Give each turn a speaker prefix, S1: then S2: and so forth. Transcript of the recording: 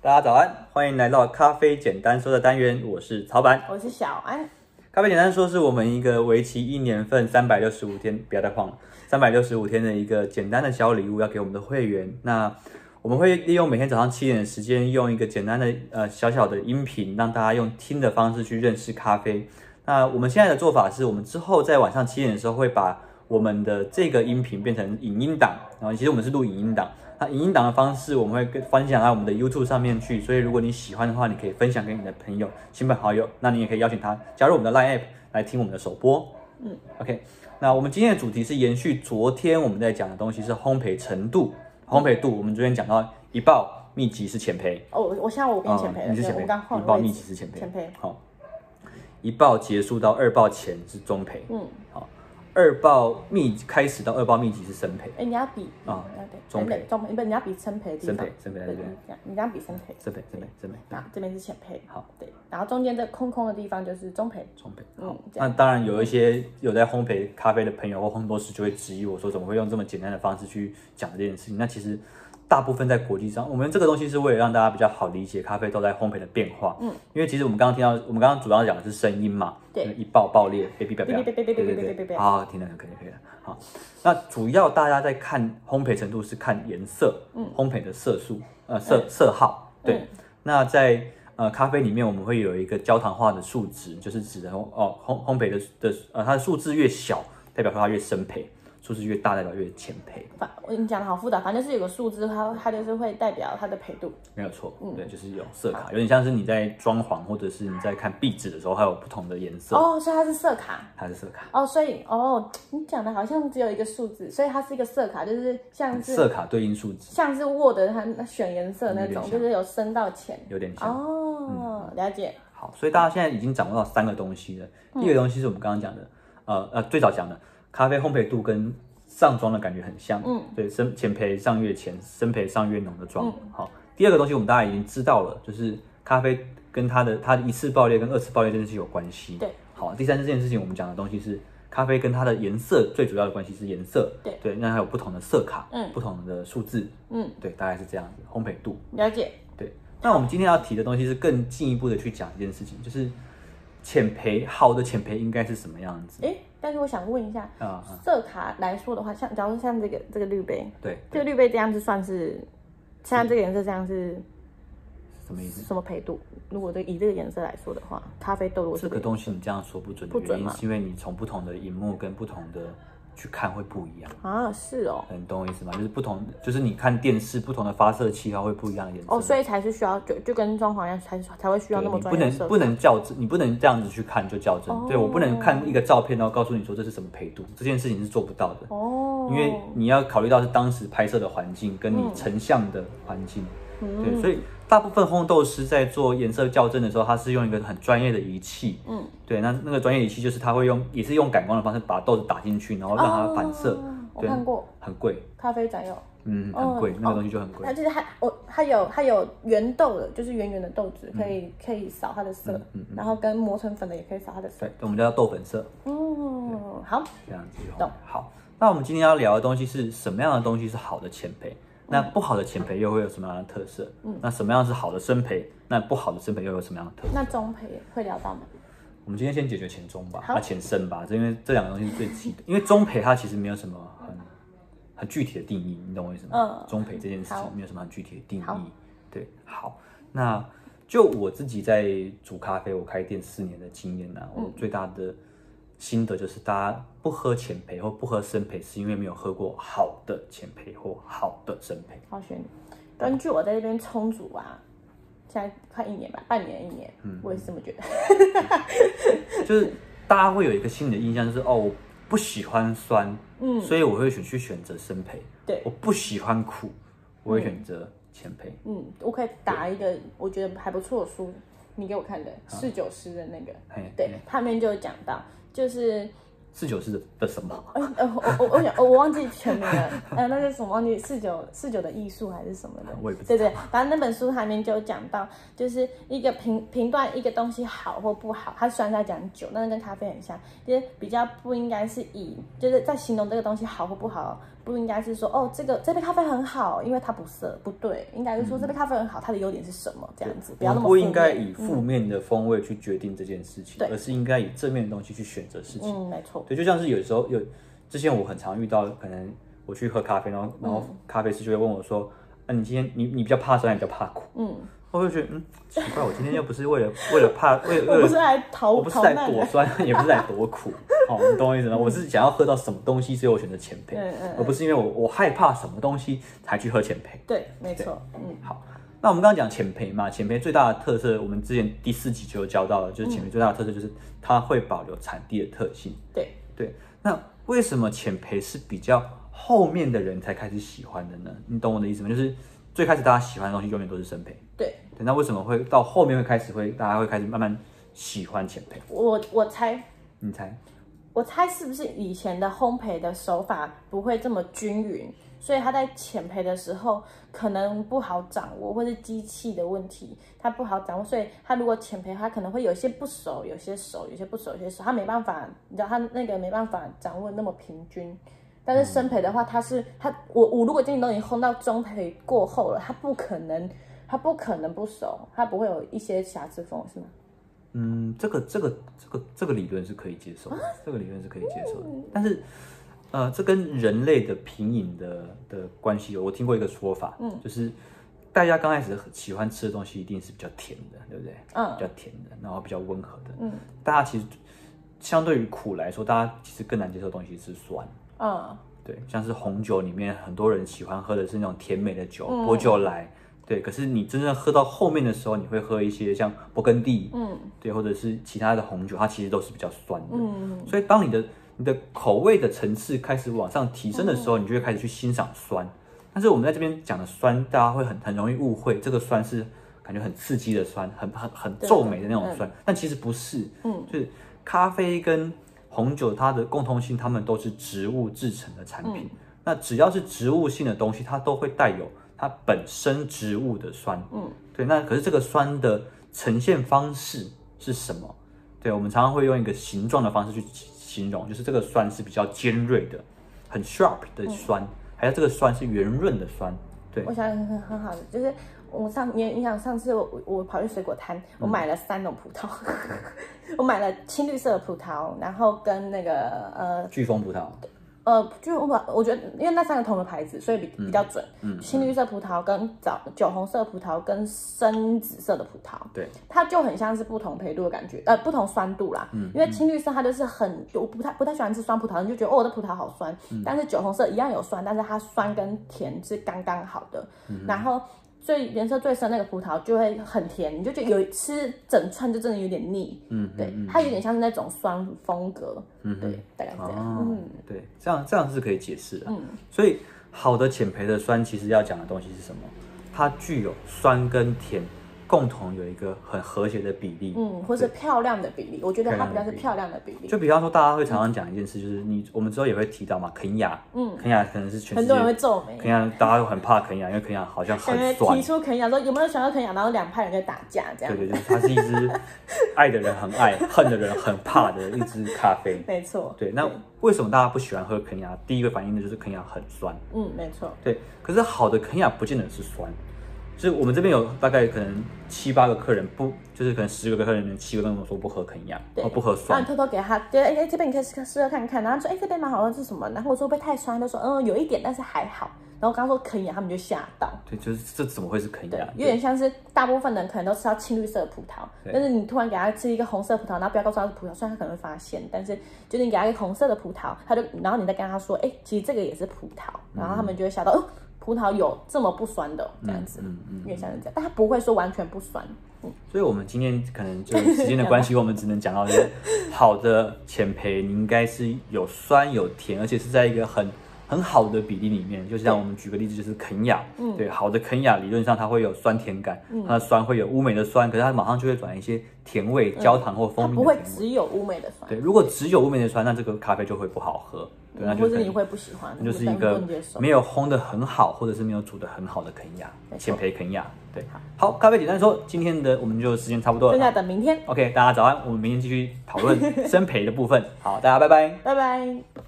S1: 大家早安，欢迎来到咖啡简单说的单元，我是曹板。
S2: 我是小安，
S1: 咖啡简单说是我们一个为期一年份三百六十五天，不要再晃了，三百六十五天的一个简单的小礼物要给我们的会员。那我们会利用每天早上七点的时间，用一个简单的呃小小的音频，让大家用听的方式去认识咖啡。那我们现在的做法是，我们之后在晚上七点的时候会把我们的这个音频变成影音档，然后其实我们是录影音档。那影音档的方式，我们会跟分享到我们的 YouTube 上面去。所以如果你喜欢的话，你可以分享给你的朋友、亲朋好友，那你也可以邀请他加入我们的 Line App 来听我们的首播。嗯，OK。那我们今天的主题是延续昨天我们在讲的东西，是烘焙程度、烘焙度。我们昨天讲到一爆秘籍是浅焙，
S2: 哦，我我现在我跟浅培
S1: 嗯
S2: 了，
S1: 你是
S2: 对
S1: 浅
S2: 我们刚
S1: 焙，
S2: 换
S1: 一爆
S2: 了
S1: 秘
S2: 位
S1: 籍是
S2: 置。
S1: 浅焙，
S2: 浅焙
S1: 好。一爆结束到二爆前是中焙，
S2: 嗯，
S1: 二爆秘开始到二爆秘籍是深焙，
S2: 哎，你要比
S1: 啊，中
S2: 中
S1: 培
S2: 培，中培，不，你要比深培的地
S1: 深
S2: 方
S1: 焙，，深焙在这
S2: 对，
S1: 边，
S2: 你要你要比深培，
S1: 深焙，深焙，深焙，
S2: 那这边是浅培，
S1: 好，
S2: 对，然后中间这空空的地方就是中培，
S1: 中焙。
S2: 嗯，这
S1: 那
S2: 样，
S1: 当然有一些有在烘焙咖啡的朋友或烘焙师就会质疑我说，怎么会用这么简单的方式去讲这件事情？那其实大部分在国际上，我们这个东西是为了让大家比较好理解咖啡豆在烘焙的变化。嗯，因为其实我们刚刚听到，我们刚刚主要讲的是声音嘛，
S2: 对
S1: 就是一爆爆裂，哔哔叭叭，
S2: 哔哔哔哔哔哔
S1: 对
S2: 哔
S1: 对
S2: 哔哔
S1: 对，
S2: 哔
S1: 好，听了可以可以了。好，那主要大家在看烘焙程度是看颜色，嗯，烘焙的色素，呃，色色号，对。
S2: 嗯
S1: 那在呃咖啡里面，我们会有一个焦糖化的数值，就是指的烘哦烘烘焙的的呃它的数字越小，代表说它越深焙；数字越大，代表越浅焙。
S2: 反你讲的好复杂，反正就是有个数字，它它就是会代表它的培度，
S1: 没有错，
S2: 嗯
S1: 对，就是有色卡，有点像是你在装潢或者是你在看壁纸的时候，它有不同的颜色，
S2: 哦，所以它是色卡，
S1: 它是色卡。
S2: 哦，所以哦，你讲的好像只有一个数字，所以它是一个色卡，就是像是
S1: 色卡对应数值
S2: 像是 Word 它选颜色那
S1: 有点
S2: 种，
S1: 像
S2: 就是有深到浅。
S1: 有点像。嗯
S2: 哦，了解。
S1: 好，所以大家现在已经掌握到三个东西了。第一个东西是我们刚刚讲的，呃呃，最早讲的咖啡烘焙度跟上妆的感觉很像，嗯，对，深浅焙上越浅，深焙上越浓的
S2: 嗯
S1: 妆。好，第二个东西我们大家已经知道了，就是咖啡跟它的它的一次爆裂跟二次爆裂这件事情有关系。
S2: 对，
S1: 好，第三这件事情我们讲的东西是。咖啡跟它的颜色最主要的关系是颜色，
S2: 对
S1: 对，那还有不同的色卡，
S2: 嗯
S1: 不同的数字，
S2: 嗯，
S1: 对，大概是这样子，烘焙度，
S2: 了解，
S1: 对，那我们今天要提的东西是更进一步的去讲一件事情，就是浅培好的浅培应该是什么样子
S2: 哎，但是我想问一下，
S1: 啊、
S2: 色卡来说的话，像假如说像这个这个绿杯，
S1: 对，
S2: 这个绿杯这样子算是，现在这个颜色这样是
S1: 什么意思？
S2: 什么陪度？如果这以这个颜色来说的话，咖啡豆如果
S1: 这
S2: 是
S1: 个东西你这样说不准的
S2: 不准
S1: 原因，
S2: 吗
S1: 是因为你从不同的荧幕跟不同的去看会不一样，
S2: 啊，是哦，
S1: 你懂我意思吗？就是不同，就是你看电视不同的发射器，它啊会不一样的颜色。
S2: 哦，所以才是需要就就跟装潢一样，才才会需要
S1: 对
S2: 那么
S1: 你不
S2: 专业的
S1: 能
S2: 色卡。
S1: 不能校正，你不能这样子去看就校正。对我不
S2: 哦
S1: 能看一个照片，然后告诉你说这是什么陪读，这件事情是做不到的。
S2: 哦，
S1: 因
S2: 嗯
S1: 为你要考虑到是当时拍摄的环境跟你成像的环境，对，所以大部分烘豆师在做颜色校正的时候，他是用一个很专业的仪器，嗯，对，那那个专业仪器就是他会用，也是用感光的方式把豆子打进去，然后让它反射，
S2: 哦我
S1: 对，
S2: 看过
S1: 很贵，
S2: 咖啡展有，
S1: 嗯，很贵，
S2: 哦
S1: 那个东西就很贵，
S2: 它就是它，我它有它有圆豆的，就是圆圆的豆子，
S1: 嗯
S2: 可以可以扫它的色，然后跟磨成粉的也可以扫它的色
S1: 对。，我们叫豆粉色，
S2: 哦，好，
S1: 这样子就
S2: 懂
S1: 好。好，那我们今天要聊的东西是什么样的东西是好的前培？
S2: 嗯
S1: 那不好的前培又会有什么样的特色？嗯，那什么样是好的生培？那不好的生培又有什么样的特色？
S2: 那中培会聊到吗？
S1: 我们今天先解决前中吧，
S2: 好
S1: 啊前深吧，这因为这两个东西是最基的。因为中培它其实没有什么很很具体的定义，你懂我意思吗？
S2: 嗯
S1: 中培这件事
S2: 好
S1: 情没有什么很具体的定
S2: 好
S1: 义。对，好，那就我自己在煮咖啡，我开店四年的经验呢、
S2: 嗯
S1: 我最大的心得就是，大家不喝浅培或不喝深培，是因为没有喝过好的浅培或好的深培。
S2: 好选。根据我在这边充足啊，现在快一年吧，半年一年，我也是这么觉得。
S1: 就是大家会有一个心理的印象，就是哦，我不喜欢酸，嗯，所以我会选去选择生培。
S2: 对
S1: 我不喜欢苦，我会选择浅培。
S2: 嗯，我可以打一个我觉得还不错的书，你给我看的侍酒师的那个，
S1: 嘿，
S2: 对，它里面就有讲到，就是
S1: 四九是的什么？
S2: 呃，我我我想我忘记全名了，呃，那个什么忘记四九四九的艺术还是什么的，
S1: 我也不知
S2: 对对，反正那本书它里面就有讲到，就是一个评评断一个东西好或不好，它虽然在讲酒，但是跟咖啡很像，就是比较不应该是以就是在形容这个东西好或不好，不应该是说哦，这个这杯咖啡很好，因为它不涩，不对，应该是说这杯咖啡很好，它的优点是什么？这样子，不
S1: 嗯我
S2: 要那
S1: 们
S2: 么负
S1: 不应该
S2: 面嗯
S1: 以负面的风味去决定这件事情，
S2: 对
S1: 而是应该以正面的东西去选择事情。
S2: 嗯，没错，
S1: 对，就像是有时候有之前我很常遇到，可能我去喝咖啡，然后然
S2: 嗯
S1: 后咖啡师就会问我说：“啊，你今天你你比较怕酸，你比较怕苦。
S2: 嗯，”
S1: 我就觉得嗯奇怪，我今天又不是为了为了怕为了
S2: 我
S1: 为
S2: 不
S1: 了
S2: 是来逃
S1: 我不是
S2: 逃
S1: 在
S2: 难
S1: 躲
S2: 的，
S1: 酸， 也不是在躲苦，哦，你懂我意思吗？我是想要喝到什么东西，所以我选择浅焙，
S2: 嗯嗯
S1: 而不是因为我我害怕什么东西才去喝浅焙。
S2: 对，没错，嗯，
S1: 好，那我们刚刚讲浅焙嘛，浅焙最大的特色，我们之前第四集就有教到了，就是
S2: 嗯
S1: 浅焙最大的特色就是它会保留产地的特性。
S2: 对，
S1: 对，那为什么浅焙是比较后面的人才开始喜欢的呢？你懂我的意思吗？就是最开始大家喜欢的东西永远都是生焙，
S2: 对
S1: 对，那为什么会到后面会开始会大家会开始慢慢喜欢浅焙？
S2: 我我猜
S1: 你猜？
S2: 我猜是不是以前的烘焙的手法不会这么均匀，所以它在浅焙的时候可能不好掌握，或是机器的问题，它不好掌握，所以它如果浅焙，它可能会有些不熟，有些熟，有些不熟，有些熟，它没办法，你知道它那个没办法掌握那么平均。但是生培的话，它是它我我如果今天都已经烘到中培过后了，它不可能它不可能不熟，它不会有一些瑕疵缝是吗？
S1: 嗯，这个这个这个这个理论是可以接受的，这个理论是可以接受的。
S2: 哦
S1: 但是，呃，这跟人类的品饮的的关系有，我听过一个说法，嗯，就是大家刚开始喜欢吃的东西一定是比较甜的，对不对？
S2: 嗯
S1: 比较甜的，然后比较温和的。
S2: 嗯，
S1: 大家其实相对于苦来说，大家其实更难接受的东西是酸。
S2: 嗯，
S1: 对，像是红酒里面很多人喜欢喝的是那种甜美的酒，
S2: 嗯
S1: 薄酒来。对，可是你真正喝到后面的时候，你会喝一些像勃艮第，
S2: 嗯，
S1: 对，或者是其他的红酒，它其实都是比较酸的。
S2: 嗯，
S1: 所以当你的你的口味的层次开始往上提升的
S2: 嗯
S1: 时候，你就会开始去欣赏酸。但是我们在这边讲的酸，大家会很很容易误会，这个酸是感觉很刺激的酸，很很很皱眉的那种酸，但其实不是。
S2: 嗯，
S1: 就是咖啡跟红酒它的共通性，它们都是植物制成的产品。
S2: 嗯
S1: 那只要是植物性的东西，它都会带有它本身植物的酸。
S2: 嗯，
S1: 对。那可是这个酸的呈现方式是什么？对，我们常常会用一个形状的方式去形容，就是这个酸是比较尖锐的，很 sharp 的酸，还有这个酸是圆润的酸。对，
S2: 嗯我想很很好的，就是我上你你想上次我我我跑去水果摊，我买了三种葡萄， 我买了青绿色的葡萄，然后跟那个呃
S1: 巨峰葡萄。
S2: 呃，就我把我觉得因为那三个同个牌子，所以比比较准。嗯，青绿色葡萄跟枣酒红色葡萄跟深紫色的葡萄，
S1: 对，
S2: 它就很像是不同配度的感觉，呃，不同酸度啦。嗯，因为青绿色它就是很，我不太不太喜欢吃酸葡萄，你就觉得哦，我的葡萄好酸。但是酒红色一样有酸，但是它酸跟甜是刚刚好的。然后最颜色最深那个葡萄就会很甜，你就觉得有吃整串就真的有点腻。嗯，对，它有点像是那种酸风格。嗯，对，大概是这样。
S1: 哦，对，这样这样是可以解释的。
S2: 嗯
S1: 所以好的浅焙的酸，其实要讲的东西是什么？它具有酸跟甜共同有一个很和谐的比例。
S2: 嗯，或是漂亮的比例，我觉得它比较是漂亮的比例。
S1: 就比方说，大家会常常讲一件事，就是你我们之后也会提到嘛，肯雅，嗯，肯雅可能是全世
S2: 很
S1: 界
S2: 多人会皱眉，
S1: 肯雅，大家都很怕肯雅，因为肯雅好像很
S2: 感觉
S1: 酸
S2: 提，出肯雅说有没有想到肯雅，然后两派人在打架这样
S1: 对。对对，它是一只爱的人很爱，恨的人很怕的一只咖啡。
S2: 没错，
S1: 对，那为什么大家不喜欢喝肯雅？第一个反应的就是肯雅很酸，
S2: 嗯，没错，
S1: 对，可是好的肯雅不见得是酸，就是我们这边有大概可能七八个客人不，就是可能十个客人里面七个都跟我说不喝肯雅，
S2: 对
S1: 哦不喝
S2: 然后
S1: 酸
S2: 啊你，偷偷给他，觉得哎、哎这边你可以试试喝看看，然后说哎、这边蛮好喝是什么？然后我说会不会太酸？他说嗯有一点，但是还好。然后刚说肯雅，他们就吓到，
S1: 对，就是这怎么会是肯
S2: 对
S1: 雅？，
S2: 有点像是大部分人可能都吃到青绿色的葡萄，
S1: 对
S2: 但是你突然给他吃一个红色葡萄，然后不要告诉他是葡萄，虽然他可能会发现，但是就是你给他一个红色的葡萄，他就然后你再跟他说，哎、其实这个也是葡萄，然后他们就会想到、哦，葡萄有这么不酸的哦这样子，有点像是这样，但他不会说完全不酸，
S1: 所以我们今天可能就时间的关系，我们只能讲到这个好的浅焙，你应该是有酸有甜，而且是在一个很很好的比例里面。就是像我们举个例子，就是肯雅，
S2: 嗯
S1: 对，好的肯雅理论上它会有酸甜感，它的酸会有乌梅的酸，可是它马上就会转一些甜味，焦糖或
S2: 它
S1: 蜂蜜
S2: 不
S1: 的
S2: 会
S1: 甜味。
S2: 只有乌梅的酸，
S1: 对，如果只有乌梅的酸，那这个咖啡就会不好喝，对，那
S2: 嗯
S1: 就
S2: 或
S1: 可
S2: 者你
S1: 能
S2: 会不喜欢，
S1: 就是
S2: 你
S1: 一
S2: 不
S1: 个
S2: 能接受。
S1: 没有烘的很好，或者是没有煮的很好的肯雅
S2: 没错
S1: 浅焙肯雅。对，好，咖啡简单说，今天的我们就时间差不多
S2: 剩
S1: 了
S2: 下。等明天，
S1: OK，大家早安，我们明天继续讨论生培的部分。好，大家拜拜。
S2: 拜拜。